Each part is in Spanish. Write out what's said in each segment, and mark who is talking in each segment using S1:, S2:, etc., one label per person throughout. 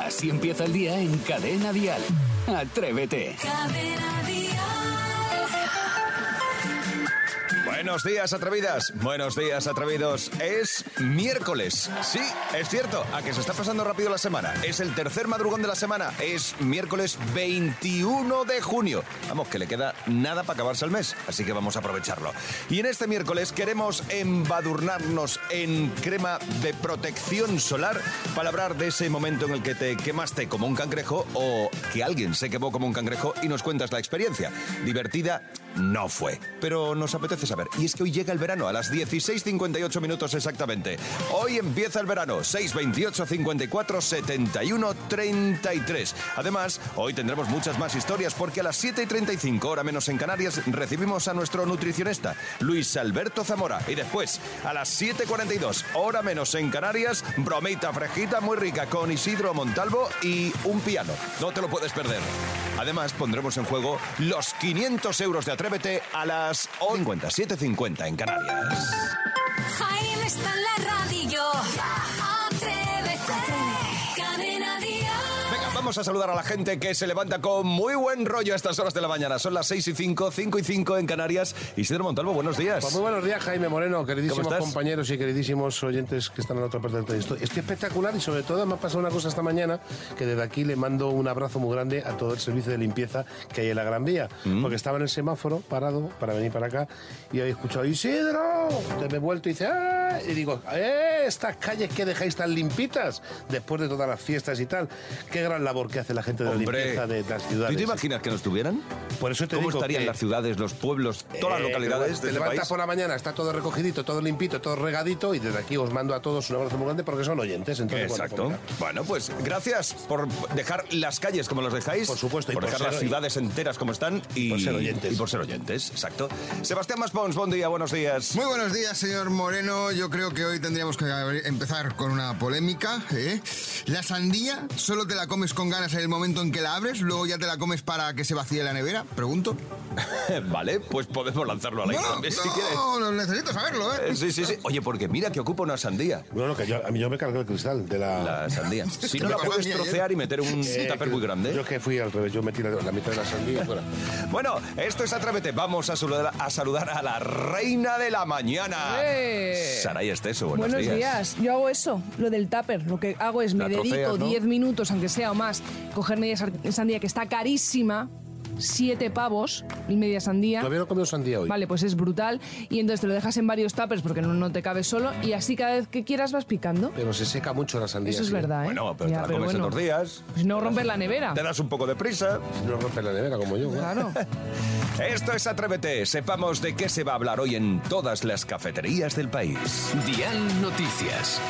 S1: Así empieza el día en Cadena Dial. Atrévete.
S2: Cadena
S3: Buenos días, atrevidas. Buenos días, atrevidos. Es miércoles. Sí, es cierto. A que se está pasando rápido la semana. Es el tercer madrugón de la semana. Es miércoles 21 de junio. Vamos, que le queda nada para acabarse el mes. Así que vamos a aprovecharlo. Y en este miércoles queremos embadurnarnos en crema de protección solar para hablar de ese momento en el que te quemaste como un cangrejo o que alguien se quemó como un cangrejo y nos cuentas la experiencia. Divertida no fue. Pero nos apetece saber. Y es que hoy llega el verano a las 16.58 minutos exactamente. Hoy empieza el verano. 6.28, 54, 71, 33. Además, hoy tendremos muchas más historias porque a las 7.35, hora menos en Canarias, recibimos a nuestro nutricionista, Luis Alberto Zamora. Y después, a las 7.42, hora menos en Canarias, bromita fresquita muy rica con Isidro Montalvo y un piano. No te lo puedes perder. Además, pondremos en juego los 500 euros de Atrévete a las 57.50 en Canarias.
S2: Jaime está en la radio. Atrévete. Cadena Dial.
S3: Venga, vamos a saludar a la gente que se levanta con muy buen rollo a estas horas de la mañana. Son las 6 y 5, 5 y 5 en Canarias. Isidro Montalvo, buenos días.
S4: Pues muy buenos días, Jaime Moreno, queridísimos
S3: ¿Cómo estás?
S4: compañeros y queridísimos oyentes que están en la otra parte del país. Estoy, estoy espectacular y sobre todo me ha pasado una cosa esta mañana que desde aquí le mando un abrazo muy grande a todo el servicio de limpieza que hay en la Gran Vía.
S3: Mm.
S4: Porque estaba en el semáforo parado para venir para acá y había escuchado Isidro. Entonces me he vuelto y dice, ¡ah! Y digo, ¡eh! Estas calles que dejáis tan limpitas después de todas las fiestas y tal. Qué gran labor que hace la gente de la limpieza de, de las ciudades.
S3: ¿tú te imaginas que nos tuvieran?
S4: Por eso te
S3: ¿Cómo
S4: digo
S3: estarían
S4: que-
S3: las ciudades, los pueblos, todas las
S4: eh,
S3: localidades
S4: Te
S3: de este
S4: levantas
S3: país?
S4: por la mañana, está todo recogidito, todo limpito, todo regadito y desde aquí os mando a todos un abrazo muy grande porque son oyentes. Entonces, bueno,
S3: Exacto.
S4: pues mira,
S3: bueno, pues gracias por dejar las calles como las dejáis.
S4: Por supuesto, y
S3: por,
S4: por
S3: dejar
S4: ser
S3: las
S4: oy-
S3: ciudades enteras como están. Y
S4: por ser oyentes.
S3: Y por ser oyentes, exacto. Sebastián Maspons, buen día, buenos días.
S5: Muy buenos días, señor Moreno. Yo creo que hoy tendríamos que abri- empezar con una polémica. ¿eh? La sandía, ¿solo te la comes con ganas en el momento en que la abres? ¿Luego ya te la comes para que se vacíe la nevera? Pregunto.
S3: vale, pues podemos lanzarlo a la
S5: Bueno,
S3: internet si quieres.
S5: no, no, necesito saberlo, ¿eh?
S3: Eh, Sí, sí, sí. Oye, porque mira que ocupa una sandía.
S4: Bueno, que yo, a mí yo me cargué el cristal de la...
S3: La sandía. Si no
S5: Me
S3: la
S5: acuerdo a
S3: puedes
S5: mí ayer.
S3: trocear y meter en un
S4: Eh,
S3: tupper
S4: que-
S3: muy
S4: Yo
S3: grande.
S4: es que fui al revés, yo metí la, la mitad de la sandía fuera.
S3: Bueno, esto es Atrévete. Vamos a saludar a, saludar a la reina de la mañana.
S6: ¡Eh!
S3: Saray Esteso, buenos,
S6: Buenos días. Yo hago eso, lo del tupper. Lo que hago es
S3: La
S6: me dedico
S3: troceas, ¿no?
S6: 10 minutos, aunque sea o más, coger media sar- sandía que está carísima, 7 pavos y media sandía.
S4: Todavía no he comido sandía hoy.
S6: Vale, pues es brutal. Y entonces te lo dejas en varios tuppers porque no, no te cabe solo. Y así cada vez que quieras vas picando.
S4: Pero se seca mucho la sandía.
S6: Eso es
S4: sí.
S6: verdad, ¿eh?
S3: Bueno, pero te la comes en dos días.
S6: Pues no romper la nevera.
S3: Te das un poco de prisa.
S4: No rompe la nevera como yo. ¿eh?
S6: Claro.
S3: Esto es Atrévete. Sepamos de qué se va a hablar hoy en todas las cafeterías del país.
S1: Dial Noticias.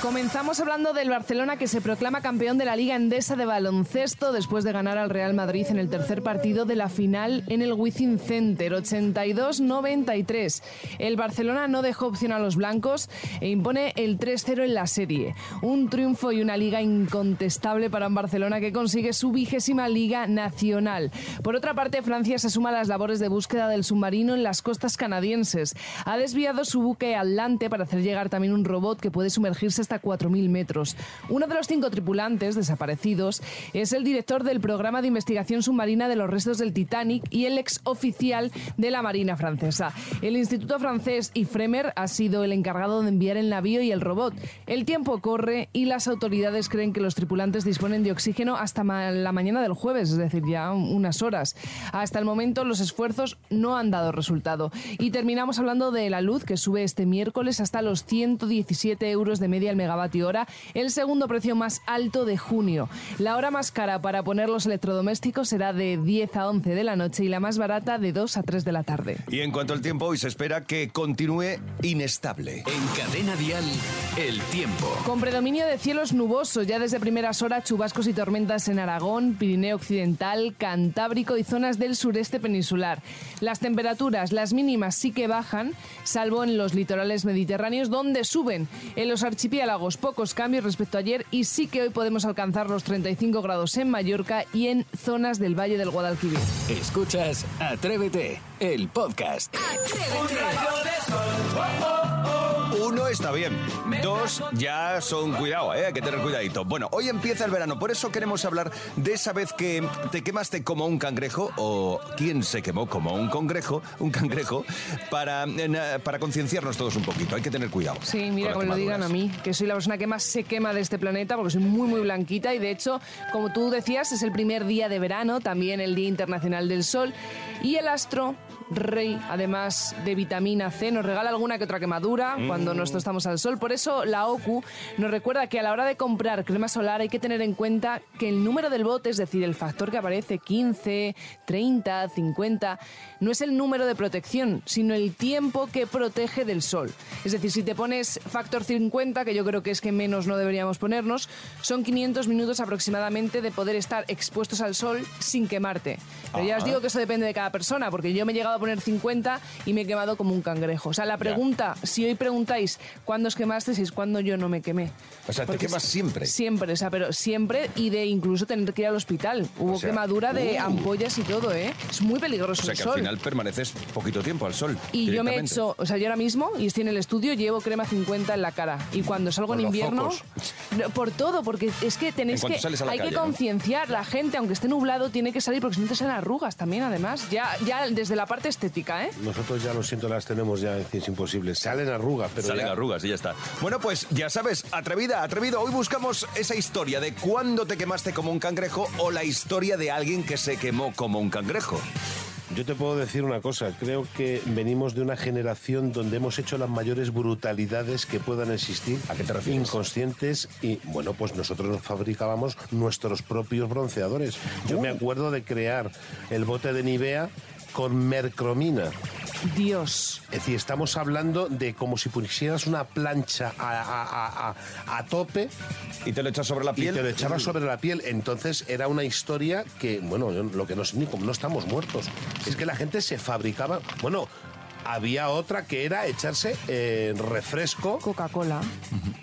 S6: Comenzamos hablando del Barcelona que se proclama campeón de la Liga Endesa de baloncesto después de ganar al Real Madrid en el tercer partido de la final en el Wizzing Center 82-93. El Barcelona no dejó opción a los blancos e impone el 3-0 en la serie. Un triunfo y una liga incontestable para un Barcelona que consigue su vigésima Liga Nacional. Por otra parte, Francia se suma a las labores de búsqueda del submarino en las costas canadienses. Ha desviado su buque Atlante para hacer llegar también un robot que puede sumergirse hasta 4.000 metros. Uno de los cinco tripulantes desaparecidos es el director del programa de investigación submarina de los restos del Titanic y el ex oficial de la Marina francesa. El Instituto francés IFREMER ha sido el encargado de enviar el navío y el robot. El tiempo corre y las autoridades creen que los tripulantes disponen de oxígeno hasta ma- la mañana del jueves, es decir, ya un- unas horas. Hasta el momento los esfuerzos no han dado resultado. Y terminamos hablando de la luz que sube este miércoles hasta los 117 euros de media el megavatio hora, el segundo precio más alto de junio. La hora más cara para poner los electrodomésticos será de 10 a 11 de la noche y la más barata de 2 a 3 de la tarde.
S3: Y en cuanto al tiempo, hoy se espera que continúe inestable.
S1: En Cadena Dial, el tiempo.
S6: Con predominio de cielos nubosos, ya desde primeras horas chubascos y tormentas en Aragón, Pirineo Occidental, Cantábrico y zonas del sureste peninsular. Las temperaturas, las mínimas sí que bajan, salvo en los litorales mediterráneos donde suben. En los archipiélagos pocos cambios respecto a ayer y sí que hoy podemos alcanzar los 35 grados en Mallorca y en zonas del Valle del Guadalquivir.
S1: Escuchas Atrévete, el podcast.
S2: Atrévete.
S3: Uno está bien. Dos ya son cuidado, ¿eh? hay que tener cuidadito. Bueno, hoy empieza el verano, por eso queremos hablar de esa vez que te quemaste como un cangrejo o quién se quemó como un cangrejo, un cangrejo, para, en, eh, para concienciarnos todos un poquito. Hay que tener cuidado.
S6: Sí, mira,
S3: con
S6: como
S3: las
S6: lo digan a
S3: quemaduras.
S6: mí, que soy la persona que más se quema de este planeta porque soy muy, muy blanquita y de hecho, como tú decías, es el primer día de verano, también el Día Internacional del Sol y el astro rey, además de vitamina C, nos regala alguna que otra quemadura cuando nosotros estamos al sol. Por eso la OCU nos recuerda que a la hora de comprar crema solar hay que tener en cuenta que el número del bote, es decir, el factor que aparece 15, 30, 50, no es el número de protección, sino el tiempo que protege del sol. Es decir, si te pones factor 50, que yo creo que es que menos no deberíamos ponernos, son 500 minutos aproximadamente de poder estar expuestos al sol sin quemarte. Pero ya os digo que eso depende de cada persona, porque yo me he llegado a poner 50 y me he quemado como un cangrejo. O sea, la pregunta, si hoy preguntáis cuándo os quemasteis, es cuándo yo no me quemé.
S3: O sea, te
S6: Porque
S3: quemas
S6: es-
S3: siempre.
S6: Siempre, o sea, pero siempre y de incluso tener que ir al hospital. Hubo
S3: sea,
S6: quemadura de
S3: uh.
S6: ampollas y todo, ¿eh? Es muy peligroso
S3: O sea
S6: el
S3: que
S6: sol.
S3: al final permaneces poquito tiempo al sol.
S6: Y yo me he
S3: directamente.
S6: hecho, o sea, yo ahora mismo, y estoy en el estudio, llevo crema 50 en la cara. Y cuando salgo
S3: Por
S6: en
S3: los
S6: invierno,
S3: focos.
S6: no, por todo, porque es que tenéis
S3: En cuanto
S6: que,
S3: sales a la
S6: hay
S3: calle,
S6: que
S3: ¿no?
S6: concienciar, la gente, aunque esté nublado, tiene que salir, porque si no te salen arrugas también, además, ya, ya desde la parte estética, ¿eh?
S4: Nosotros ya lo siento, las tenemos ya, es decir, es imposible. Salen arrugas, pero.
S3: Salen
S4: ya-
S3: arrugas y ya está. Bueno, pues ya sabes, atrevida, atrevido, hoy buscamos esa historia de cuándo te quemaste como un cangrejo o la historia de alguien que se quemó como un cangrejo.
S4: Yo te puedo decir una cosa, creo que venimos de una generación donde hemos hecho las mayores brutalidades que puedan existir.
S3: ¿A qué te refieres?
S4: Inconscientes y, bueno, pues nosotros nos fabricábamos nuestros propios bronceadores. Yo me acuerdo de crear el bote de Nivea con mercromina.
S6: Dios.
S4: Es decir, estamos hablando de como si pusieras una plancha a, a- a- a- a tope
S3: Y te lo echas sobre la
S4: y
S3: piel.
S4: te lo echabas sobre la piel. Entonces era una historia que, bueno, yo- lo que no sé ni cómo no estamos muertos. Es que la gente se fabricaba. Bueno, había otra que era echarse eh, refresco
S6: Coca-Cola.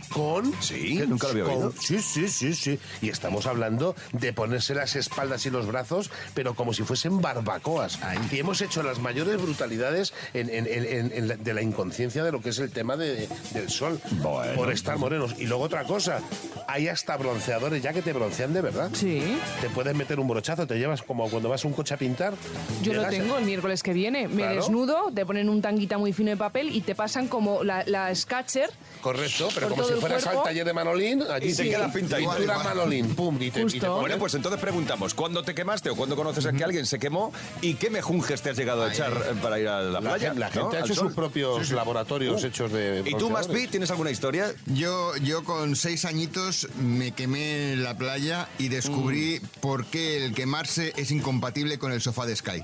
S4: con.
S3: Sí, nunca lo había
S4: con-
S3: oído.
S4: Sí, sí, sí, sí. Y estamos hablando de ponerse las espaldas y los brazos, pero como si fuesen barbacoas. Y hemos hecho las mayores brutalidades en- en- en- en- en la- de la inconsciencia de lo que es el tema de- del sol
S3: Bueno.
S4: por estar morenos. Y luego otra cosa, hay hasta bronceadores ya que te broncean de verdad.
S6: Sí.
S4: Te puedes meter un brochazo, te llevas como cuando vas a un coche a pintar.
S6: Yo lo
S4: llegas-
S6: tengo el miércoles que viene. Me
S4: Claro.
S6: desnudo, te ponen un tanguita muy fino de papel y te pasan como la, la scatcher.
S4: Correcto, pero
S6: Por
S4: como
S6: todo
S4: si
S6: el
S4: fueras al
S6: cuerpo.
S4: taller de Manolín, allí
S3: Y te queda pintadito.
S4: Pintura Manolín, pum, y te, y te
S6: Justo.
S3: Bueno, pues entonces preguntamos, ¿cuándo te quemaste o cuándo conoces a que alguien se quemó y qué mejunjes te has llegado a echar eh, para ir a la,
S4: La,
S3: playa?
S4: gen- la
S3: ¿no?
S4: gente ha
S3: Al
S4: hecho
S3: sol. Uh,
S4: sus propios laboratorios hechos de.
S3: ¿Y tú,
S4: bronceadores.
S3: Maspi, tienes alguna historia?
S5: Yo, yo con seis añitos me quemé en la playa y descubrí por qué el quemarse es incompatible con el sofá de Sky.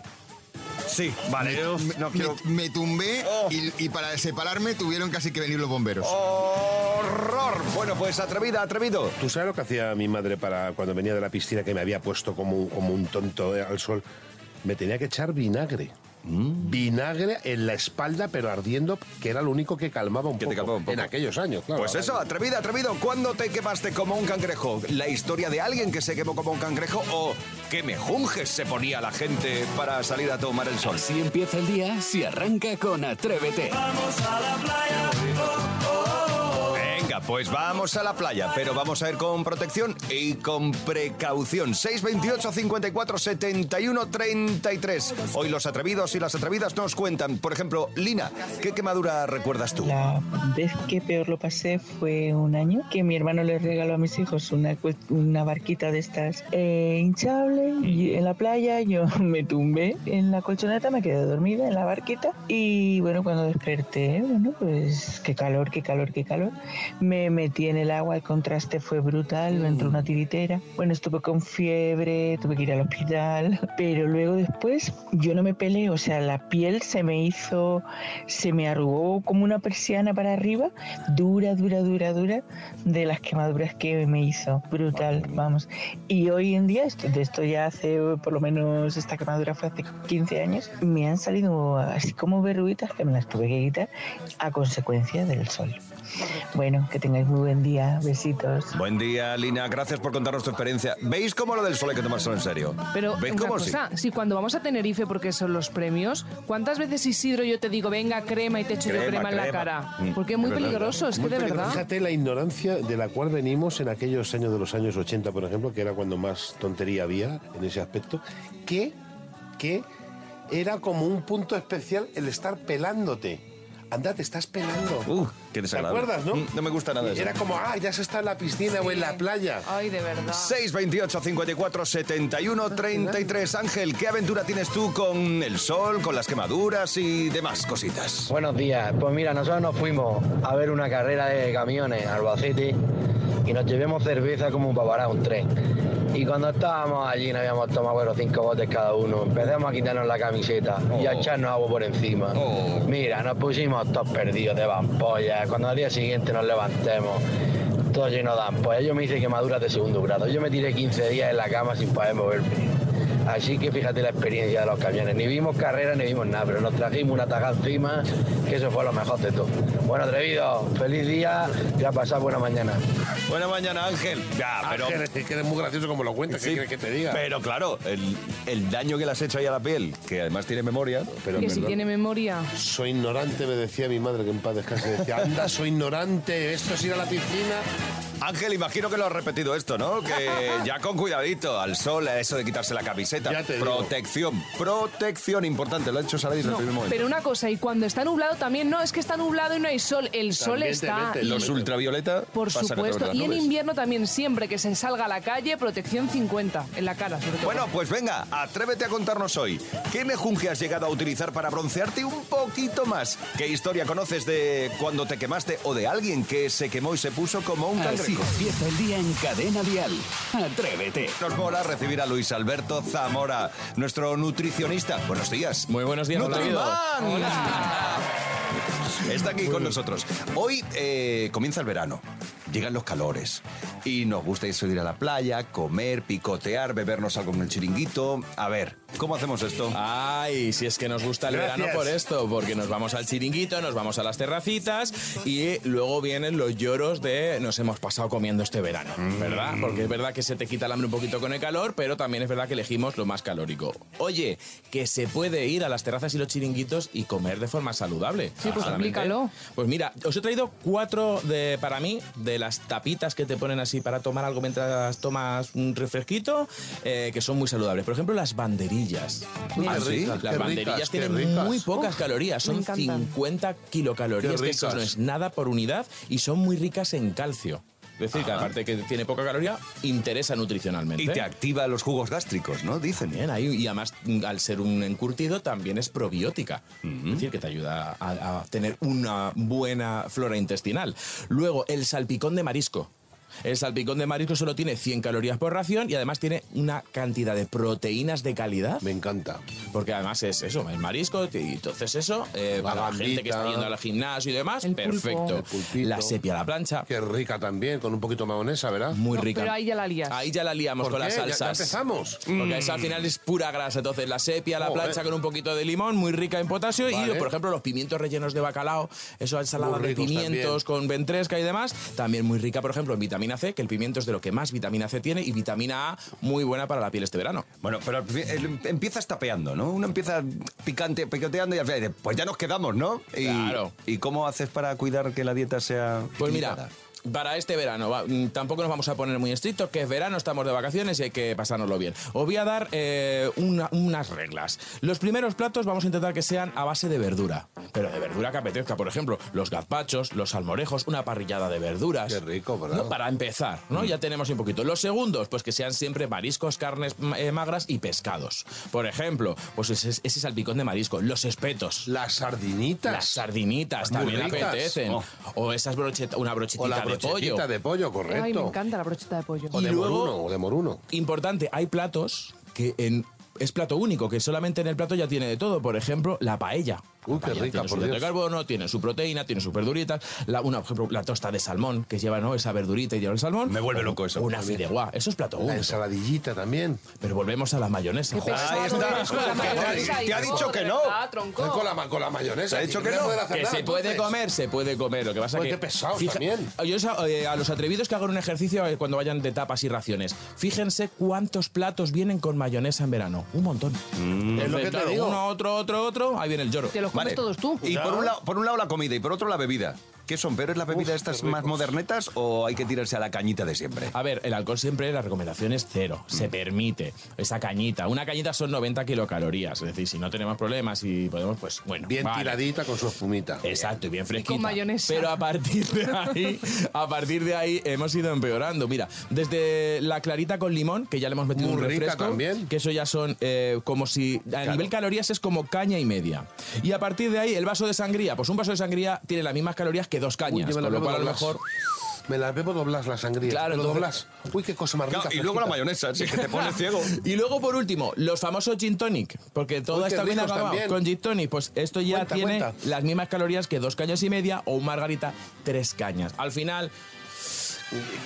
S3: Sí, vale.
S5: Me,
S3: no quiero...
S5: me- me tumbé y, y para separarme tuvieron casi que venir los bomberos.
S3: ¡Horror! Bueno, pues atrevida, atrevido.
S4: ¿Tú sabes lo que hacía mi madre para cuando venía de la piscina que me había puesto como, como un tonto eh, al sol? Me tenía que echar vinagre. Mm. Vinagre en la espalda, pero ardiendo, que era lo único que calmaba un,
S3: Que
S4: poco,
S3: te calmaba un poco.
S4: En aquellos años, claro.
S3: Pues
S4: ahora
S3: eso, atrevida, atrevido. ¿Cuándo te quemaste como un cangrejo? ¿La historia de alguien que se quemó como un cangrejo o qué mejunjes se ponía la gente para salir a tomar el sol?
S1: Si empieza el día, si arranca con Atrévete.
S3: Venga, pues vamos a la playa, pero vamos a ir con protección y con precaución. 628 54 71 33. Hoy los atrevidos y las atrevidas nos cuentan. Por ejemplo, Lina, ¿qué quemadura recuerdas tú?
S7: La vez que peor lo pasé fue un año que mi hermano le regaló a mis hijos una, cue- una barquita de estas eh, hinchable y en la playa. Yo me tumbé en la colchoneta, me quedé dormida en la barquita y bueno, cuando desperté, bueno, pues qué calor, qué calor, qué calor. Me metí en el agua, el contraste fue brutal, me entró una tiritera. Bueno, estuve con fiebre, tuve que ir al hospital, pero luego después yo no me peleé, o sea, la piel se me hizo, se me arrugó como una persiana para arriba, dura, dura, dura, dura, de las quemaduras que me hizo. Brutal, vamos. Y hoy en día, esto, de esto ya hace, eh, por lo menos esta quemadura fue hace 15 años, me han salido así como verruguitas que me las tuve que quitar a consecuencia del sol. Bueno, que tengáis muy buen día. Besitos.
S3: Buen día, Lina. Gracias por contarnos tu experiencia. ¿Veis cómo lo del sol hay que tomárselo en serio?
S6: Pero
S3: ¿Veis
S6: una
S3: cómo sí?
S6: cosa, si cuando vamos a Tenerife porque son los premios, ¿cuántas veces Isidro yo te digo, venga crema y te echo yo
S3: Crema,
S6: crema en la
S3: crema.
S6: cara?
S3: Mm,
S6: Porque es muy
S3: es verdad.
S6: peligroso, es que
S4: Muy
S6: de
S4: peligroso.
S6: verdad.
S4: Fíjate la ignorancia de la cual venimos en aquellos años de los años 80, por ejemplo, que era cuando más tontería había en ese aspecto, que, que era como un punto especial el estar pelándote. Anda, te estás pelando.
S3: Uh, qué
S4: ¿Te
S3: desagradable.
S4: acuerdas, no?
S3: Mm, No me gusta nada eso.
S4: Era como, ah, ya se está en la piscina o en la playa.
S8: Ah,
S6: Ay, de verdad.
S3: 628 54 71 33 Ángel, ¿qué aventura tienes tú con el sol, con las quemaduras y demás cositas?
S9: Buenos días. Pues mira, nosotros nos fuimos a ver una carrera de camiones a Albacete y nos llevamos cerveza como para parar un tren. Y cuando estábamos allí nos habíamos tomado bueno, cinco botes cada uno. Empezamos a quitarnos la camiseta y a echarnos agua por encima.
S3: Oh.
S9: Mira, nos pusimos todos perdidos de vampollas. Cuando al día siguiente nos levantemos, todo lleno de ampollas. Yo me hice quemaduras de segundo grado. Yo me tiré 15 días en la cama sin poder moverme. Así que fíjate la experiencia de los camiones. Ni vimos carrera ni vimos nada, pero nos trajimos una taja encima, que eso fue lo mejor de todo. Bueno, atrevido, feliz día y a pasar buena mañana.
S3: Buena mañana, Ángel. Ya, pero.
S4: Ángel, es que eres muy gracioso como lo cuentas,
S3: Sí,
S4: ¿qué quieres que te diga?
S3: Pero claro, el, el daño que le has hecho ahí a la piel, que además tiene memoria.
S4: Pero
S6: que
S4: en
S6: si
S4: verdad,
S6: tiene memoria.
S4: Soy ignorante, me decía mi madre que en paz descanse. Decía, anda, soy ignorante, esto es ir a la piscina.
S3: Ángel, imagino que lo has repetido esto, ¿no? Que ya con cuidadito, al sol, a eso de quitarse la camiseta.
S4: Ya te digo.
S3: protección, protección importante. Lo ha hecho Sara desde el primer momento.
S6: Pero una cosa, y cuando está nublado también, no, es que está nublado y no hay sol, el sol
S4: También te
S6: está...
S4: metes,
S6: y-
S3: Los ultravioleta.
S6: por
S3: pasan a través de
S6: supuesto,
S3: las
S6: y en
S3: nubes.
S6: invierno también, siempre que se salga a la calle, protección 50, en la cara sobre todo.
S3: Bueno, pues venga, atrévete a contarnos hoy. ¿Qué mejunje has llegado a utilizar para broncearte un poquito más? ¿Qué historia conoces de cuando te quemaste o de alguien que se quemó y se puso como un
S1: Así
S3: cangrejo?
S1: empieza el día en Cadena Dial. Atrévete.
S3: Nos mola recibir a Luis Alberto Zamora, nuestro nutricionista. Buenos días.
S8: Muy buenos días,
S3: ¡Nutriman! Está aquí con nosotros. Hoy eh, comienza el verano, llegan los calores y nos gusta eso de ir a la playa, comer, picotear, bebernos algo en el chiringuito. A ver, ¿cómo hacemos esto?
S8: Ah, Ay, si es que nos gusta el
S4: Gracias.
S8: verano por esto, porque nos vamos al chiringuito, nos vamos a las terracitas y luego vienen los lloros de nos hemos pasado comiendo este verano,
S4: Mm.
S8: ¿verdad? Porque es verdad que se te quita el hambre un poquito con el calor, pero también es verdad que elegimos lo más calórico. Oye, que se puede ir a las terrazas y los chiringuitos y comer de forma saludable.
S6: Sí, pues
S8: Solamente-
S6: explícalo.
S8: Pues mira, os he traído cuatro de, para mí, de las tapitas que te ponen así para tomar algo mientras tomas un refresquito, eh, que son muy saludables. Por ejemplo, las banderillas.
S3: Ah, ¿sí?
S8: Las
S4: Qué
S8: banderillas
S4: ricas, qué
S8: tienen
S4: ricas.
S8: muy pocas calorías,
S6: me
S8: son
S6: encantan.
S8: 50 kilocalorías,
S4: Qué
S8: que eso
S4: ricas.
S8: no es nada por unidad y son muy ricas en calcio. Es decir, que aparte que tiene poca caloría, interesa nutricionalmente.
S3: Ah. Y te activa los jugos gástricos, ¿no? Dicen.
S8: Bien, ahí, y además, mm, al ser un encurtido, también es probiótica. Es decir, que te ayuda a, a tener una buena flora intestinal. Luego, el salpicón de marisco. El salpicón de marisco solo tiene 100 calorías por ración y además tiene una cantidad de proteínas de calidad.
S4: Me encanta.
S8: Porque además es eso, es marisco, y entonces eso, eh,
S4: La
S8: para la gente que
S4: gambita.
S8: está yendo al gimnasio y demás,
S6: El pulpo.
S8: perfecto.
S4: El pulpito.
S8: La sepia a la plancha,
S4: Qué rica también, con un poquito de mayonesa, ¿verdad?
S8: muy
S6: No,
S8: rica.
S6: pero ahí ya la lías.
S8: Ahí ya la liamos
S4: ¿Por
S8: con
S4: qué?
S8: las
S4: Ya-
S8: salsas.
S4: ya empezamos.
S8: Porque esa al final es pura grasa. Entonces la sepia, a la
S4: Joder.
S8: plancha con un poquito de limón, muy rica en potasio.
S4: Vale.
S8: Y por ejemplo, los pimientos rellenos de bacalao, eso ensalada
S4: Muy
S8: de
S4: ricos
S8: pimientos con ventresca y demás. También muy rica, por ejemplo, en vitamina C, que el pimiento es de lo que más vitamina C tiene. Y vitamina A, muy buena para la piel este verano.
S3: Bueno, pero al fin- el- empiezas tapeando, ¿no? Uno empieza picante, picoteando y al final dice, pues ya nos quedamos, ¿no? Y,
S8: Claro.
S3: ¿Y cómo haces para cuidar que la dieta sea
S8: Pues mira,
S3: limitada?
S8: para este verano, va, mm, tampoco nos vamos a poner muy estrictos, que es verano, estamos de vacaciones y hay que pasárnoslo bien. Os voy a dar eh, una- unas reglas. Los primeros platos vamos a intentar que sean a base de verdura, pero de verdura que apetezca, por ejemplo, los gazpachos, los almorejos, una parrillada de verduras.
S4: Qué rico, ¿verdad? Mm.
S8: ¿no? Para empezar, ¿no? Ya tenemos un poquito. Los segundos, pues que sean siempre mariscos, carnes mm, eh, magras y pescados. Por ejemplo, pues ese, ese salpicón de marisco, los espetos.
S4: Las sardinitas.
S8: Las sardinitas también
S4: Muy ricas.
S8: apetecen.
S4: Oh.
S8: O esas brocheta, una
S4: o
S8: brochetita
S4: la
S8: de pollo.
S4: brochetita de pollo, correcto.
S6: Ay, me encanta la brocheta de pollo.
S4: O de
S8: Y luego-
S4: moruno, o de moruno.
S8: Importante, hay platos que en, es plato único, que solamente en el plato ya tiene de todo. Por ejemplo, la paella.
S4: Uy, qué
S8: paella
S4: rica,
S8: tiene su
S4: por
S8: hidrato de
S4: Dios.
S8: carbono, tiene su proteína, tiene sus verduritas. La, una, por ejemplo, la tosta de salmón, que lleva ¿no? esa verdurita y lleva el salmón.
S3: Me vuelve loco eso.
S8: Una fideuá. Eso es plato
S4: La
S8: uno.
S4: ensaladilla también.
S8: Pero volvemos a la mayonesa. joder.
S3: pesado. Ahí está. Te ha dicho que no.
S4: Con la, ma- con la mayonesa.
S3: Te ha dicho
S4: tío,
S3: que no.
S4: poder hacer
S8: Que
S4: nada,
S8: se puede
S4: entonces.
S8: comer, se puede comer. Lo que pasa
S4: Joder,
S8: que.
S4: Pues qué pesados también.
S8: Yo sa- eh, a los atrevidos que hagan un ejercicio eh, cuando vayan de tapas y raciones. Fíjense cuántos platos vienen con mayonesa en verano. Un montón. Entonces,
S4: Mm. Es lo que te
S8: claro,
S4: digo.
S8: Uno, otro, otro, otro. Ahí viene el lloro.
S6: Te los comes
S3: Vale.
S6: todos tú.
S3: Y por un, lado, por un lado la comida y por otro la bebida. ¿Qué son peores las bebidas estas más modernetas o hay que tirarse a la cañita de siempre?
S8: A ver, el alcohol siempre, la recomendación es cero. Se permite esa cañita. Una cañita son 90 kilocalorías. Es decir, si no tenemos problemas y podemos, pues bueno.
S4: Bien
S8: vale.
S4: tiradita con su espumita.
S8: Exacto, y bien fresquita.
S6: con mayonesa.
S8: Pero a partir de ahí, a partir de ahí hemos ido empeorando. Mira, desde la clarita con limón, que ya le hemos metido
S4: Muy
S8: un
S4: rica
S8: refresco,
S4: también.
S8: que eso ya son eh, como si a nivel calorías es como caña y media. Y a partir de ahí, el vaso de sangría, pues un vaso de sangría tiene las mismas calorías que dos
S4: Uy,
S8: cañas,
S4: yo me la
S8: con lo
S4: bebo
S8: cual a lo
S4: doblas.
S8: mejor
S4: Me las bebo doblas la sangría.
S8: Claro,
S4: lo
S8: entonces-
S4: doblas. Uy, qué cosa más rica.
S3: Claro, y luego la
S4: fresquita.
S3: mayonesa, si es que te pone ciego.
S8: Y luego, por último, los famosos gin tonic. Porque
S4: Uy,
S8: toda
S4: qué
S8: esta vida
S4: ricos
S8: acabado
S4: también.
S8: con gin tonic. Pues esto ya
S4: Cuenta,
S8: tiene
S4: cuenta.
S8: las mismas calorías que dos cañas y media o un margarita, tres cañas. Al final...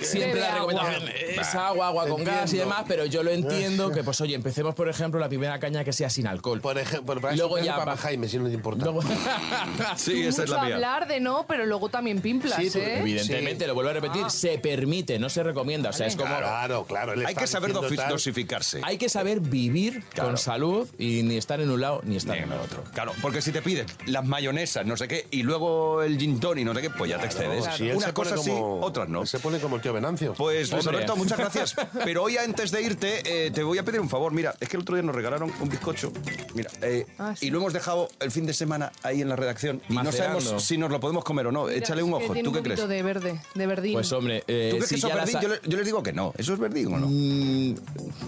S8: Siempre
S6: Bebe
S8: la
S6: agua.
S8: recomendación es agua, agua con gas y
S4: Entiendo.
S8: demás, pero yo lo entiendo que, pues oye, empecemos por ejemplo la primera caña que sea sin alcohol.
S4: Por ejemplo, para
S8: Luego
S4: eso,
S8: ya
S4: para
S8: va-
S4: Jaime, si no te importa.
S8: Luego-
S3: Sí,
S6: Tú
S3: esa es
S6: mucho
S3: la mía.
S6: hablar de no, pero luego también pimplas,
S4: Sí, tú-
S6: ¿eh?
S8: Evidentemente, lo vuelvo a repetir,
S3: Ah.
S8: se permite, no se recomienda. O sea, es como
S4: Claro, claro. él
S3: Hay
S4: está
S3: que saber
S4: diciendo
S3: dosi-
S4: tal.
S3: dosificarse.
S8: hay que saber vivir
S3: Claro.
S8: con salud y ni estar en un lado ni estar
S3: Ni
S8: en
S3: en
S8: el
S3: el
S8: otro.
S3: Claro, porque si te piden las mayonesas, no sé qué, y luego el gin tonic, no sé qué, pues ya te excedes.
S4: Claro, si él se
S3: Unas
S4: pone
S3: cosas sí,
S4: como-
S3: otras no.
S4: él Se pone como el tío Venancio.
S3: Pues Luis
S8: Hombre.
S3: Alberto, muchas gracias. Pero hoy antes de irte, eh, te voy a pedir un favor. Mira, es que el otro día nos regalaron un bizcocho. Mira, eh,
S6: Ah, sí.
S3: y lo hemos dejado el fin de semana ahí en la redacción. Y no
S8: Macerando.
S3: sabemos si nos lo podemos comer o no. Échale un
S6: Mira, es que
S3: ojo.
S6: tiene
S3: ¿Tú qué
S6: un
S3: crees?
S6: poquito de verde, de verdín.
S8: Pues hombre, eh,
S3: ¿Tú crees
S8: si
S3: que eso es
S8: ya las
S3: verdín?
S8: ha-
S3: Yo, le- yo les digo que no. ¿Eso es verdín o no?
S8: Mm,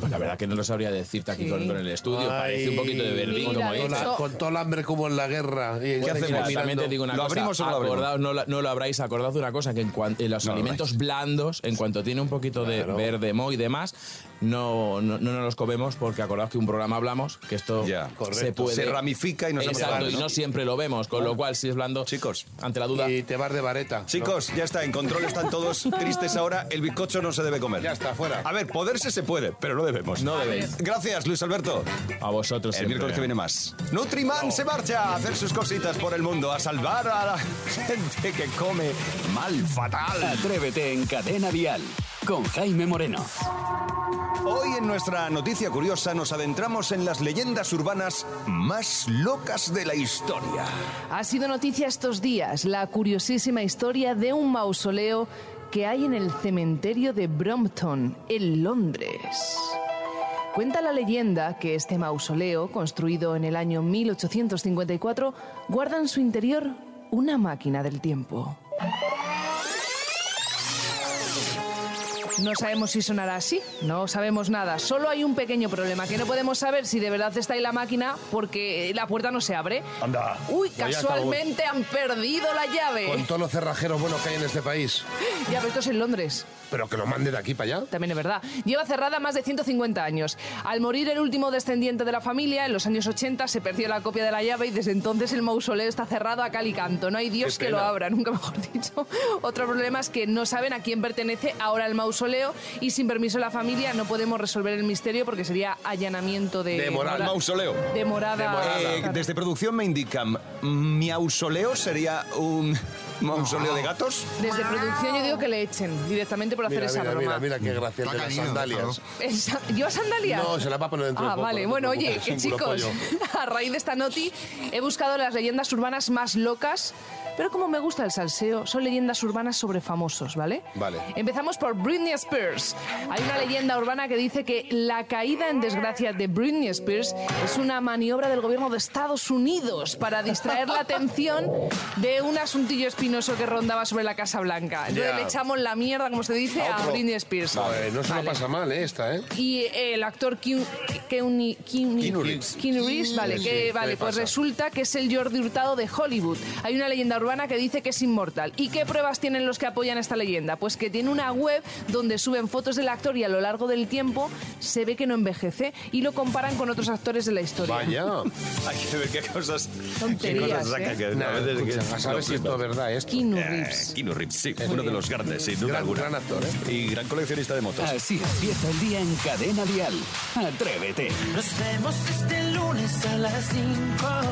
S8: Pues la verdad que no lo sabría decirte aquí
S6: Sí.
S8: con, con el estudio.
S4: Ay.
S8: Parece un poquito de verdín,
S6: Mira,
S8: como
S6: de
S8: dices.
S6: hecho,
S4: Hola, con todo el hambre como en la guerra. Y
S3: ¿Qué
S4: está
S3: hacemos?
S4: mirando.
S8: Mira, También te digo una
S3: ¿Lo
S8: cosa.
S3: abrimos o no lo abrimos?
S8: acordaos, no, la- no lo habráis acordado de una cosa, que en, cuan- en los
S3: No lo
S8: alimentos blandos, en cuanto tiene un poquito
S4: Claro.
S8: de verde, mo y demás, no, no, no nos los comemos porque acordaos que un programa hablamos, que esto
S3: Ya,
S8: se
S3: correcto.
S8: puede...
S3: Se ramifica y nos
S8: Exacto,
S3: ampara,
S8: y
S3: ¿no? Ah.
S8: no siempre lo vemos, con lo cual si es blando...
S3: Chicos.
S8: Ante la duda...
S4: Y te vas de vareta. ¿no?
S3: Chicos, ya está, en control están todos tristes ahora. El bizcocho no se debe comer.
S4: Ya está, fuera.
S3: A ver, poderse se puede, pero no debemos.
S8: No debéis.
S3: Gracias, Luis Alberto.
S8: A vosotros
S3: El
S8: siempre.
S3: miércoles que viene más. Nutriman se marcha a hacer sus cositas por el mundo, a salvar a la gente que come mal fatal.
S1: Atrévete en Cadena Dial con Jaime Moreno.
S3: Hoy en nuestra noticia curiosa nos adentramos en las leyendas urbanas más locas de la historia.
S6: Ha sido noticia estos días la curiosísima historia de un mausoleo que hay en el cementerio de Brompton, en Londres. Cuenta la leyenda que este mausoleo, construido en el año 1854, guarda en su interior una máquina del tiempo. No sabemos si sonará así, no sabemos nada. Solo hay un pequeño problema, que no podemos saber si de verdad está ahí la máquina porque la puerta no se abre.
S4: Anda.
S6: Uy,
S4: Vaya
S6: casualmente han perdido la llave.
S4: Con todos los cerrajeros buenos que hay en este país.
S6: Ya, pero esto es en Londres,
S4: Pero que lo mande de aquí para allá.
S6: también es verdad. Lleva cerrada más de 150 años. Al morir el último descendiente de la familia, en los años 80 se perdió la copia de la llave y desde entonces el mausoleo está cerrado a cal y canto. No hay Dios
S4: Qué
S6: que lo
S4: pena.
S6: abra, nunca mejor dicho. Otro problema es que no saben a quién pertenece ahora el mausoleo y sin permiso de la familia no podemos resolver el misterio porque sería allanamiento de...
S4: De Eh, moral,
S6: mora-
S3: Mausoleo.
S6: De morada.
S3: Eh,
S6: Claro.
S3: desde producción me indican, ¿miausoleo sería un mausoleo de gatos?
S6: Desde producción yo digo que le echen directamente por hacer
S4: Mira,
S6: esa
S4: mira,
S6: broma.
S4: mira, mira qué gracia el de
S5: Está
S4: las
S5: canino,
S4: sandalias.
S6: Esa- ¿Lleva sandalias?
S4: No, se las va a poner dentro de
S6: Ah,
S4: poco,
S6: vale.
S4: no te
S6: Bueno, oye,
S4: preocupes,
S6: que
S4: es un
S6: chicos, a raíz de esta noti he buscado las leyendas urbanas más locas, pero como me gusta el salseo, son leyendas urbanas sobre famosos, ¿vale?
S4: Vale.
S6: Empezamos por Britney Spears. Hay una leyenda urbana que dice que la caída en desgracia de Britney Spears es una maniobra del gobierno de Estados Unidos para distraer la atención de un asuntillo espinoso que rondaba sobre la Casa Blanca. Entonces
S4: Ya.
S6: le echamos la mierda, como se dice, a,
S4: otro.
S6: Britney Spears.
S4: Vale, no se lo
S6: Vale.
S4: pasa mal, ¿eh? Esta, ¿eh?
S6: Y eh, el actor Keanu Keanu- Keanu-
S4: Reeves.
S6: Keanu Reeves, vale,
S4: Sí,
S6: que,
S4: sí, ¿qué
S6: vale
S4: le
S6: pues
S4: pasa?
S6: resulta que es el Jordi Hurtado de Hollywood. Hay una leyenda urbana que dice que es inmortal. ¿Y qué pruebas tienen los que apoyan esta leyenda? Pues que tiene una web donde suben fotos del actor y a lo largo del tiempo se ve que no envejece y lo comparan con otros actores de la historia.
S4: Vaya.
S3: Hay que ver qué cosas, qué
S6: Tonterías,
S3: cosas
S6: ¿eh?
S3: saca. Que,
S4: Nah,
S3: a veces que-
S4: escucha, a saber si esto es verdad esto.
S6: Keanu
S3: Eh,
S6: Reeves.
S3: Keanu Reeves, sí, uno de los grandes, sin duda
S4: Gran-
S3: alguna.
S4: gran actor, ¿eh?
S3: Y gran coleccionista de motos.
S1: Así empieza el día en Cadena Dial. Atrévete.
S10: Nos vemos este lunes a las 5.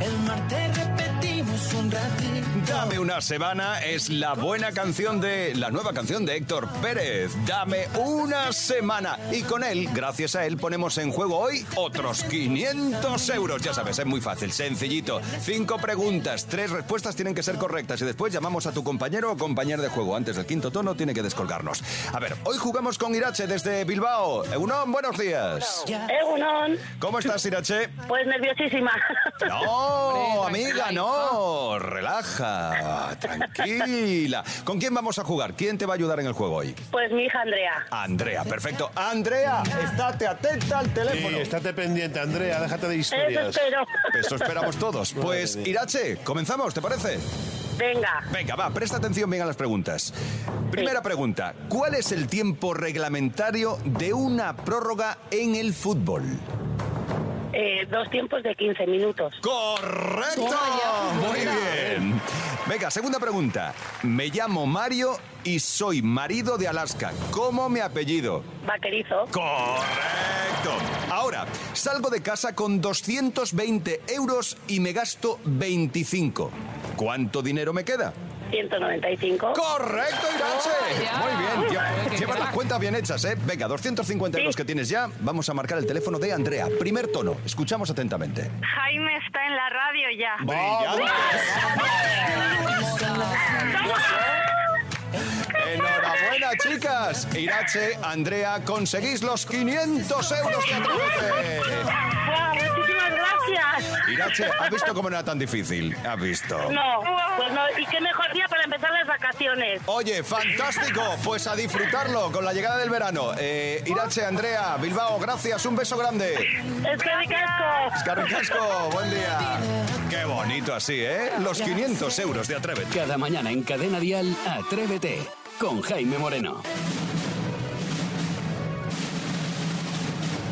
S10: El martes repetimos un ratito.
S3: Dame una semana es la buena canción de la nueva canción de Héctor Pérez. Dame una semana y con él, gracias a él, ponemos en juego hoy otros 500 euros. Ya sabes, es muy fácil, sencillito. Cinco preguntas, tres respuestas tienen que ser correctas y después llamamos a tu compañero o compañera de juego. Antes del quinto tono tiene que descolgarnos. A ver, hoy jugamos con Irache desde Bilbao. Egunon, buenos días.
S11: Egunon,
S3: ¿Cómo estás, Irache?
S11: Eh, pues nerviosísima.
S3: No, amiga, no. Relaja, tranquila. ¿Con quién vamos a jugar? ¿Quién te va a ayudar en el juego hoy?
S11: Pues mi hija Andrea.
S3: Andrea, perfecto. Andrea, estate atenta al teléfono.
S4: Sí, estate pendiente, Andrea, déjate de
S3: Oh,
S11: Eso
S4: historias.
S11: espero.
S3: Eso esperamos todos. Pues, Irache, comenzamos, ¿te parece?
S11: Venga,
S3: Venga, va, presta atención bien a las preguntas. Primera pregunta, ¿cuál es el tiempo reglamentario de una prórroga en el fútbol?
S11: eh, dos tiempos de 15 minutos.
S3: ¡Correcto! Muy bien. Venga, segunda pregunta. Me llamo Mario y soy marido de Alaska. ¿Cómo me apellido?
S11: Vaquerizo.
S3: Correcto. Ahora, salgo de casa con 220 euros y me gasto 25. ¿Cuánto dinero me queda?
S11: 195.
S3: ¡Correcto, Irache!
S6: Toma ya.
S3: Muy bien,
S6: Joder,
S3: lleva-
S6: qué
S3: llevas las
S6: crack.
S3: cuentas bien hechas, ¿eh? Venga, 250 euros que tienes ya. Vamos a marcar el teléfono de Andrea. Primer tono, escuchamos atentamente.
S11: Jaime está en la radio ya.
S3: Enhorabuena, chicas. Irache, Andrea, conseguís los 500 euros de Atrévete.
S11: Guau, muchísimas gracias.
S3: Irache, ¿has visto cómo no era tan difícil? ¿Has visto?
S11: No, pues no, y qué mejor día para empezar las vacaciones.
S3: Oye, fantástico. Pues a disfrutarlo con la llegada del verano. Eh, Irache, Andrea, Bilbao, gracias. Un beso grande.
S11: Es que ricasco.
S3: Carricasco, buen día. Qué bonito así, ¿eh? Los 500 euros de Atrévete.
S1: Cada mañana en Cadena Dial, Atrévete. Con Jaime Moreno.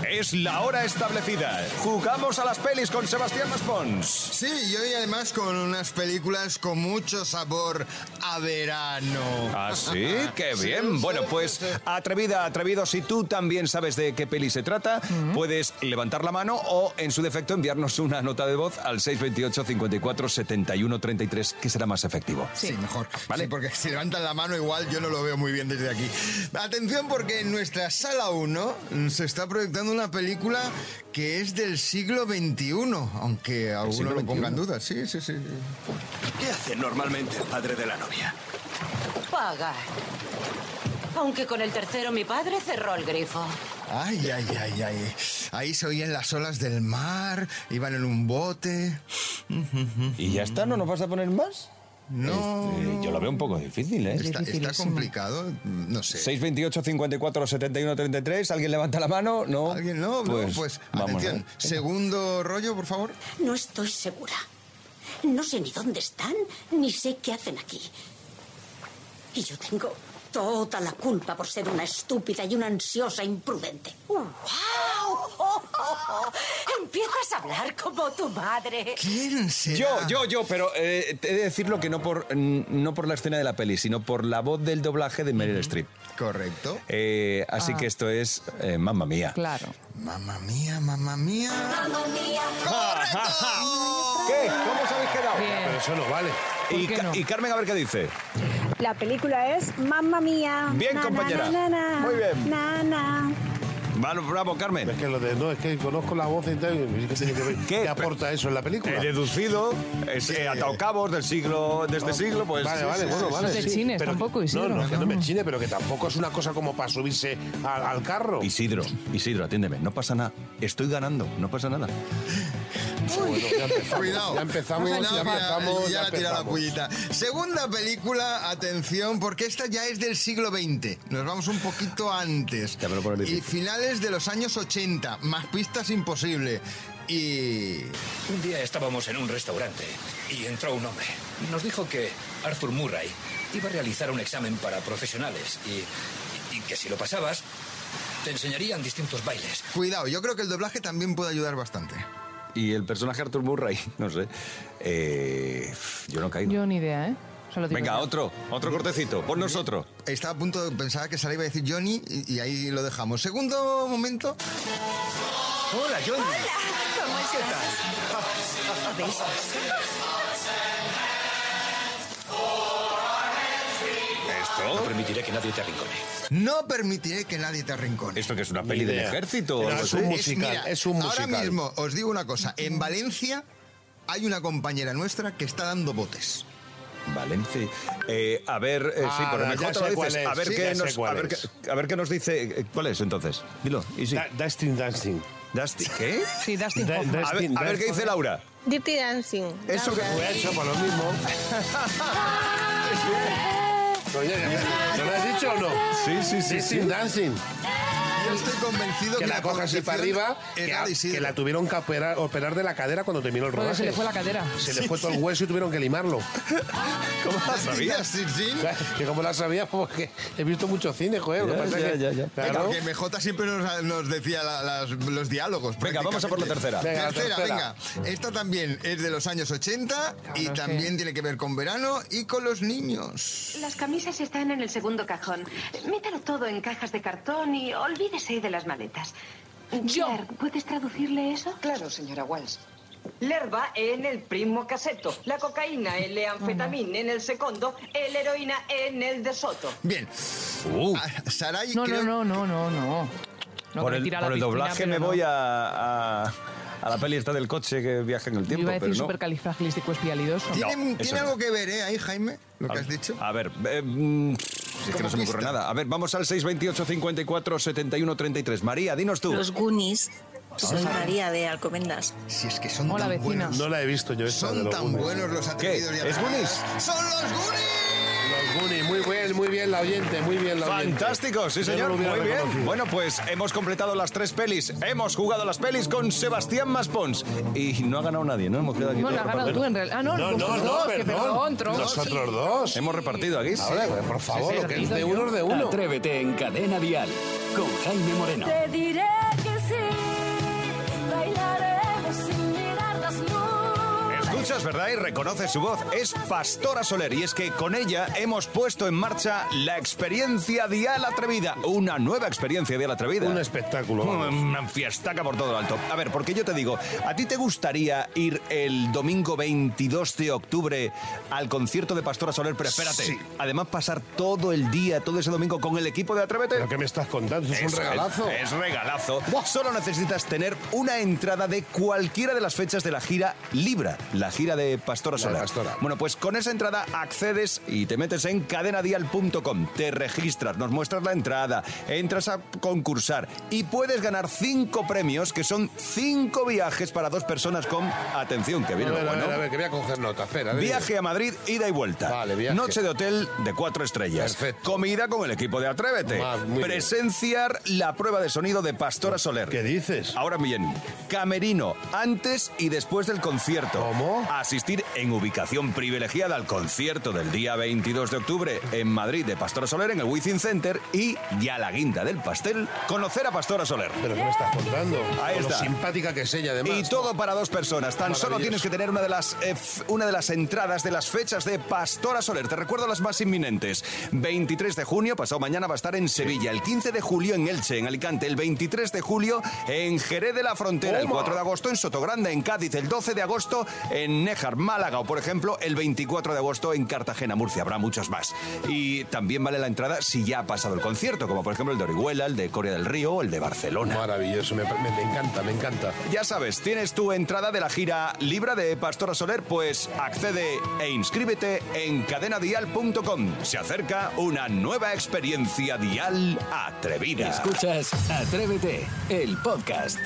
S3: Es la hora establecida. Jugamos a las pelis con Sebastián Maspons.
S5: Sí, y hoy además con unas películas con mucho sabor a verano.
S3: ¿Ah, sí? ¡Qué
S5: Sí,
S3: bien!
S5: sí,
S3: bueno,
S5: sí,
S3: pues
S5: sí.
S3: atrevida, atrevido, si tú también sabes de qué peli se trata, puedes levantar la mano o, en su defecto, enviarnos una nota de voz al 628 54 71 33, que será más efectivo.
S5: Sí, mejor. Vale, porque si levantan la mano igual yo no lo veo muy bien desde aquí. Atención porque en nuestra sala 1 mm, se está proyectando una película que es del siglo XXI, aunque algunos lo pongan dudas. Sí, sí, sí.
S12: ¿Qué hace normalmente el padre de la novia?
S2: Pagar. Aunque con el tercero mi padre cerró el grifo.
S5: Ay, ay, ay, ay. Ahí se oían las olas del mar, iban en un bote.
S3: ¿Y ya está? ¿No nos vas a poner más?
S5: No.
S3: Este,
S5: Este.
S3: yo lo veo un poco difícil, ¿eh?
S5: Está, está complicado, no sé.
S3: 628 54 71 33, ¿alguien levanta la mano? ¿No?
S5: ¿Alguien no? Pues, no, pues
S3: vamos,
S5: atención.
S3: ¿eh?
S5: Segundo rollo, por favor.
S11: No estoy segura. No sé ni dónde están, ni sé qué hacen aquí. Y yo tengo toda la culpa por ser una estúpida y una ansiosa imprudente.
S2: ¡Guau! ¡Oh, oh, oh! Empiezas a hablar como tu madre.
S5: ¿Quién será?
S3: Yo, yo, yo, pero eh, he de decirlo que no por, no por la escena de la peli, sino por la voz del doblaje de Meryl Streep.
S5: Correcto.
S3: Eh, así que esto es eh, mamma mía.
S6: Claro.
S5: Mamma mía, mamma mía. ¡Correcto!
S3: ¿Qué? ¿Cómo os habéis quedado?
S4: Pero eso no vale.
S3: Y,
S6: qué
S3: Ca-
S6: no?
S3: y Carmen, a ver qué dice.
S11: La película es Mamma Mía.
S3: Bien, compañera. Muy bien. Vale, bravo,
S4: Es
S3: Carmen.
S4: que lo de no, es que conozco la voz y tal. y ¿Qué tiene que ver?
S3: ¿Qué?
S4: ¿Qué aporta eso en la película?
S3: He deducido, es, he atado cabos del siglo, de este siglo, pues.
S4: Vale,
S3: sí,
S4: vale,
S3: sí,
S4: bueno,
S3: sí,
S4: vale.
S6: No te chines tampoco, Isidro.
S4: No, no, que no me chine, pero que tampoco es una cosa como para subirse al, al carro.
S3: sí. Isidro, Isidro, atiéndeme, no pasa nada. Estoy ganando, no pasa nada.
S4: Bueno, ya empezamos.
S5: Cuidado.
S4: Ya empezamos, ya
S5: Cuidado, que
S4: empezamos.
S5: eh, ya
S4: Ya
S5: la tira la
S4: empezamos.
S5: pullita. Segunda película, atención, porque esta ya es del siglo XX. Nos vamos un poquito antes.
S3: Ya me lo pones
S5: y
S3: difícil.
S5: finales de los años 80. Más pistas imposible. y...
S12: Un día estábamos en un restaurante y entró un hombre. Nos dijo que Arthur Murray iba a realizar un examen para profesionales y, y que si lo pasabas, te enseñarían distintos bailes.
S5: Cuidado, yo creo que el doblaje también puede ayudar bastante.
S3: Y el personaje Arthur Murray, no sé. Eh, yo no caigo.
S6: Yo ni idea, ¿eh? Solo digo
S3: Venga,
S6: yo.
S3: otro, otro cortecito. Por nosotros.
S5: Estaba a punto de pensar que Sara iba a decir Johnny y, y ahí lo dejamos. Segundo momento.
S12: Hola, Johnny.
S10: ¿Cómo
S3: ¿Esto?
S12: No permitiré que nadie te arrincone.
S5: No permitiré que nadie te arrincone.
S3: ¿Esto que es una peli del
S4: idea.
S3: ejército? o
S4: Pero
S3: algo
S4: es un
S3: así?
S4: musical.
S5: mira,
S4: es un
S5: Ahora
S4: musical.
S5: mismo os digo una cosa. En Valencia hay una compañera nuestra que está dando botes.
S3: Valencia. Eh, a ver, eh, sí,
S4: Ah,
S3: por
S4: ya
S3: MJ
S4: sé
S3: lo
S4: cuál
S3: dices.
S4: es,
S3: A ver
S4: sí,
S3: qué
S4: ya sé
S3: nos, a
S4: cuál
S3: ver
S4: es.
S3: qué- a ver qué nos dice. eh, ¿Cuál es entonces? Dilo. Y sí.
S4: Da- Dustin Dancing.
S3: Dusty- ¿Qué?
S6: Sí, Dustin
S4: Da-
S6: Hoffman.
S4: da-
S3: A ver,
S4: Dustin,
S3: a ver qué dice
S4: Dustin.
S3: Laura.
S13: Dirty Dancing.
S3: Eso que.
S4: Pues eso, por lo mismo. Oye, ¿no lo has dicho o no?
S3: Sí, sí, sí. sí.
S4: Dustin Dancing.
S5: Yo estoy convencido
S4: Que
S5: que,
S4: la coja así para arriba, que, a-
S5: era de Isidro.
S4: que la tuvieron que operar, operar de la cadera cuando terminó el
S6: Porque
S4: rodaje.
S6: Pues se le fue la cadera.
S4: Se le fue todo el hueso y tuvieron que limarlo.
S3: ¿Cómo la
S5: Mira,
S3: sabías?
S5: sí, sí.
S4: que como la sabía, porque he visto mucho cine, joder. lo que
S3: Ya,
S4: pasa
S3: ya,
S4: es que-
S3: ya, ya.
S4: Claro.
S5: Porque MJ siempre nos, nos decía la- las- los diálogos.
S3: Venga, vamos a por la
S5: prácticamente.
S4: Venga,
S3: tercera.
S4: la
S5: tercera,
S4: tercera.
S5: venga. Esta también es de los años 80 y
S6: es que-
S5: también tiene que ver con verano y con los niños.
S14: Las camisas están en el segundo cajón. Métalo todo en cajas de cartón y olvídese de las maletas.
S2: Yo.
S14: Claire, ¿puedes traducirle eso?
S13: Claro, señora Walsh.
S2: L'erba en el primo caseto, la cocaína en l'anfetamina en el segundo, el heroína en el de Soto.
S5: Bien.
S3: Uh,
S5: Ah, Sarai,
S6: No, no,
S5: creo-
S6: no, no, no, no. No,
S3: por
S6: que
S3: el,
S6: tira a la
S3: por el
S6: piscina,
S3: doblaje
S6: pero
S3: me
S6: no.
S3: voy a, a, a la peli esta del coche que viaja en el
S6: Yo
S3: tiempo,
S6: iba a decir
S3: pero no.
S6: supercalifragilisticoexpialidoso.
S5: Tiene,
S3: No, eso
S5: tiene
S3: no.
S5: algo que ver, ¿eh? Ahí, Jaime, lo que has dicho.
S4: Ah.
S3: A ver, eh, mm, si es que no se me ocurre
S5: pista.
S3: nada. A ver, vamos al 628 54 71 33. María, dinos tú.
S13: Los Goonies. Soy María de Alcomendas.
S5: Si es que son
S6: Hola,
S5: tan
S6: vecina.
S5: buenos.
S4: No la he visto yo esta de
S5: Son
S4: los
S5: tan
S4: Goonies.
S5: buenos los atrevidos y
S3: ¿Es
S5: atrevidas. ¡Son los Goonies!
S4: Los Goonies, muy bien, muy bien la oyente, muy bien la oyente.
S3: Fantástico, sí
S4: Yo no
S3: señor,
S4: lo
S3: muy
S4: hubiera
S3: bien.
S4: reconocido.
S3: Bueno, pues hemos completado las tres pelis, hemos jugado las pelis con Sebastián Maspons y no ha ganado nadie, ¿no? Hemos quedado aquí
S6: No, la
S3: todos
S6: has ganado tú
S3: repartidos.
S6: en realidad. Ah, no,
S4: No,
S6: los
S4: no,
S6: otros
S4: no,
S6: dos, que
S4: perdón.
S6: perdón, Tron.
S4: Nosotros dos.
S3: Hemos repartido aquí. sí.
S4: Ahora, güey, por favor, lo que es de uno es de uno.
S1: Atrévete en Cadena Dial con Jaime Moreno.
S10: Te diré que sí, bailaremos sin mirar las nubes.
S3: Escuchas, ¿verdad? Y reconoces su voz. Es Pastora Soler. Y es que con ella hemos puesto en marcha la experiencia Dial Atrevida. Una nueva experiencia Dial Atrevida.
S4: Un espectáculo. vamos.
S3: Una fiestaca por todo lo alto. A ver, porque yo te digo, ¿a ti te gustaría ir el domingo 22 de octubre al concierto de Pastora Soler? Pero espérate,
S4: Sí.
S3: además pasar todo el día, todo ese domingo con el equipo de Atrévete.
S4: ¿Pero qué me estás contando? Eso es un
S3: Eso
S4: regalazo.
S3: Es, regalazo. Solo necesitas tener una entrada de cualquiera de las fechas de la gira Libra, la gira de Pastora
S4: de
S3: Solar.
S4: Pastora.
S3: Bueno, pues con esa entrada accedes y te metes en cadenadial.com, te registras, nos muestras la entrada, entras a concursar y puedes ganar cinco premios que son cinco viajes para dos personas con atención, que
S4: A ver,
S3: viene
S4: a
S3: lo
S4: ver,
S3: bueno.
S4: a ver, que voy a coger nota. Espera, a ver.
S3: Viaje a Madrid, ida y vuelta.
S4: Vale, viaje.
S3: Noche de hotel de cuatro estrellas.
S4: Perfecto.
S3: Comida con el equipo de Atrévete.
S4: Ah, muy bien.
S3: Presenciar la prueba de sonido de Pastora Soler.
S4: ¿Qué dices?
S3: Ahora bien, camerino antes y después del concierto.
S4: ¿Cómo?
S3: Asistir en ubicación privilegiada al concierto del día 22 de octubre en Madrid de Pastora Soler en el Wizzing Center y ya la guinda del pastel, conocer a Pastora Soler.
S4: ¿Pero qué me estás contando?
S3: Ahí
S4: Con Lo
S3: está.
S4: simpática que es ella, además.
S3: Y todo para dos personas. Tan solo
S4: Maravilloso.
S3: tienes que tener una de, las, eh, f- una de las entradas de las fechas de Pastora Soler. Te recuerdo las más inminentes. 23 de junio, pasado mañana, va a estar en Sevilla. El 15 de julio en Elche, en Alicante. El 23 de julio en Jerez de la Frontera. El 4 de agosto en Sotogrande, en Cádiz. El 12 de agosto en Néjar, Málaga. O, por ejemplo, el 24 de agosto en Cartagena, Murcia. Habrá muchos más. Y también vale la entrada si ya ha pasado el concierto, como por ejemplo el de Orihuela, el de Corea del Río o el de Barcelona.
S4: Maravilloso, me, me- me encanta, me encanta.
S3: Ya sabes, tienes tu entrada de la gira Libra de Pastora Soler, pues accede e inscríbete en cadenadial.com. Se acerca una nueva experiencia dial atrevida.
S1: Escuchas Atrévete, el podcast.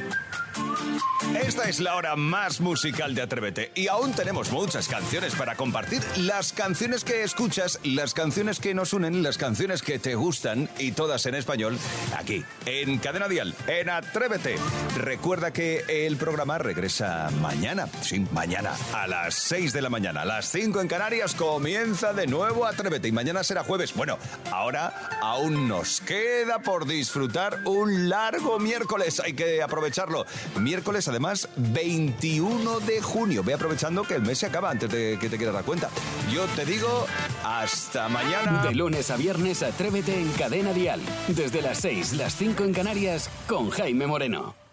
S3: Esta es la hora más musical de Atrévete y aún tenemos muchas canciones para compartir. Las canciones que escuchas, las canciones que nos unen, las canciones que te gustan y todas en español aquí en Cadena Dial, en Atrévete. Recuerda que el programa regresa mañana, sí, mañana a las 6 de la mañana, a las 5 en Canarias comienza de nuevo Atrévete y mañana será jueves. Bueno, ahora aún nos queda por disfrutar un largo miércoles, hay que aprovecharlo. Miércoles además 21 de junio. Ve aprovechando que el mes se acaba antes de que te quieras dar cuenta. Yo te digo hasta mañana.
S1: De lunes a viernes, atrévete en Cadena Dial. Desde las 6, las 5 en Canarias, con Jaime Moreno.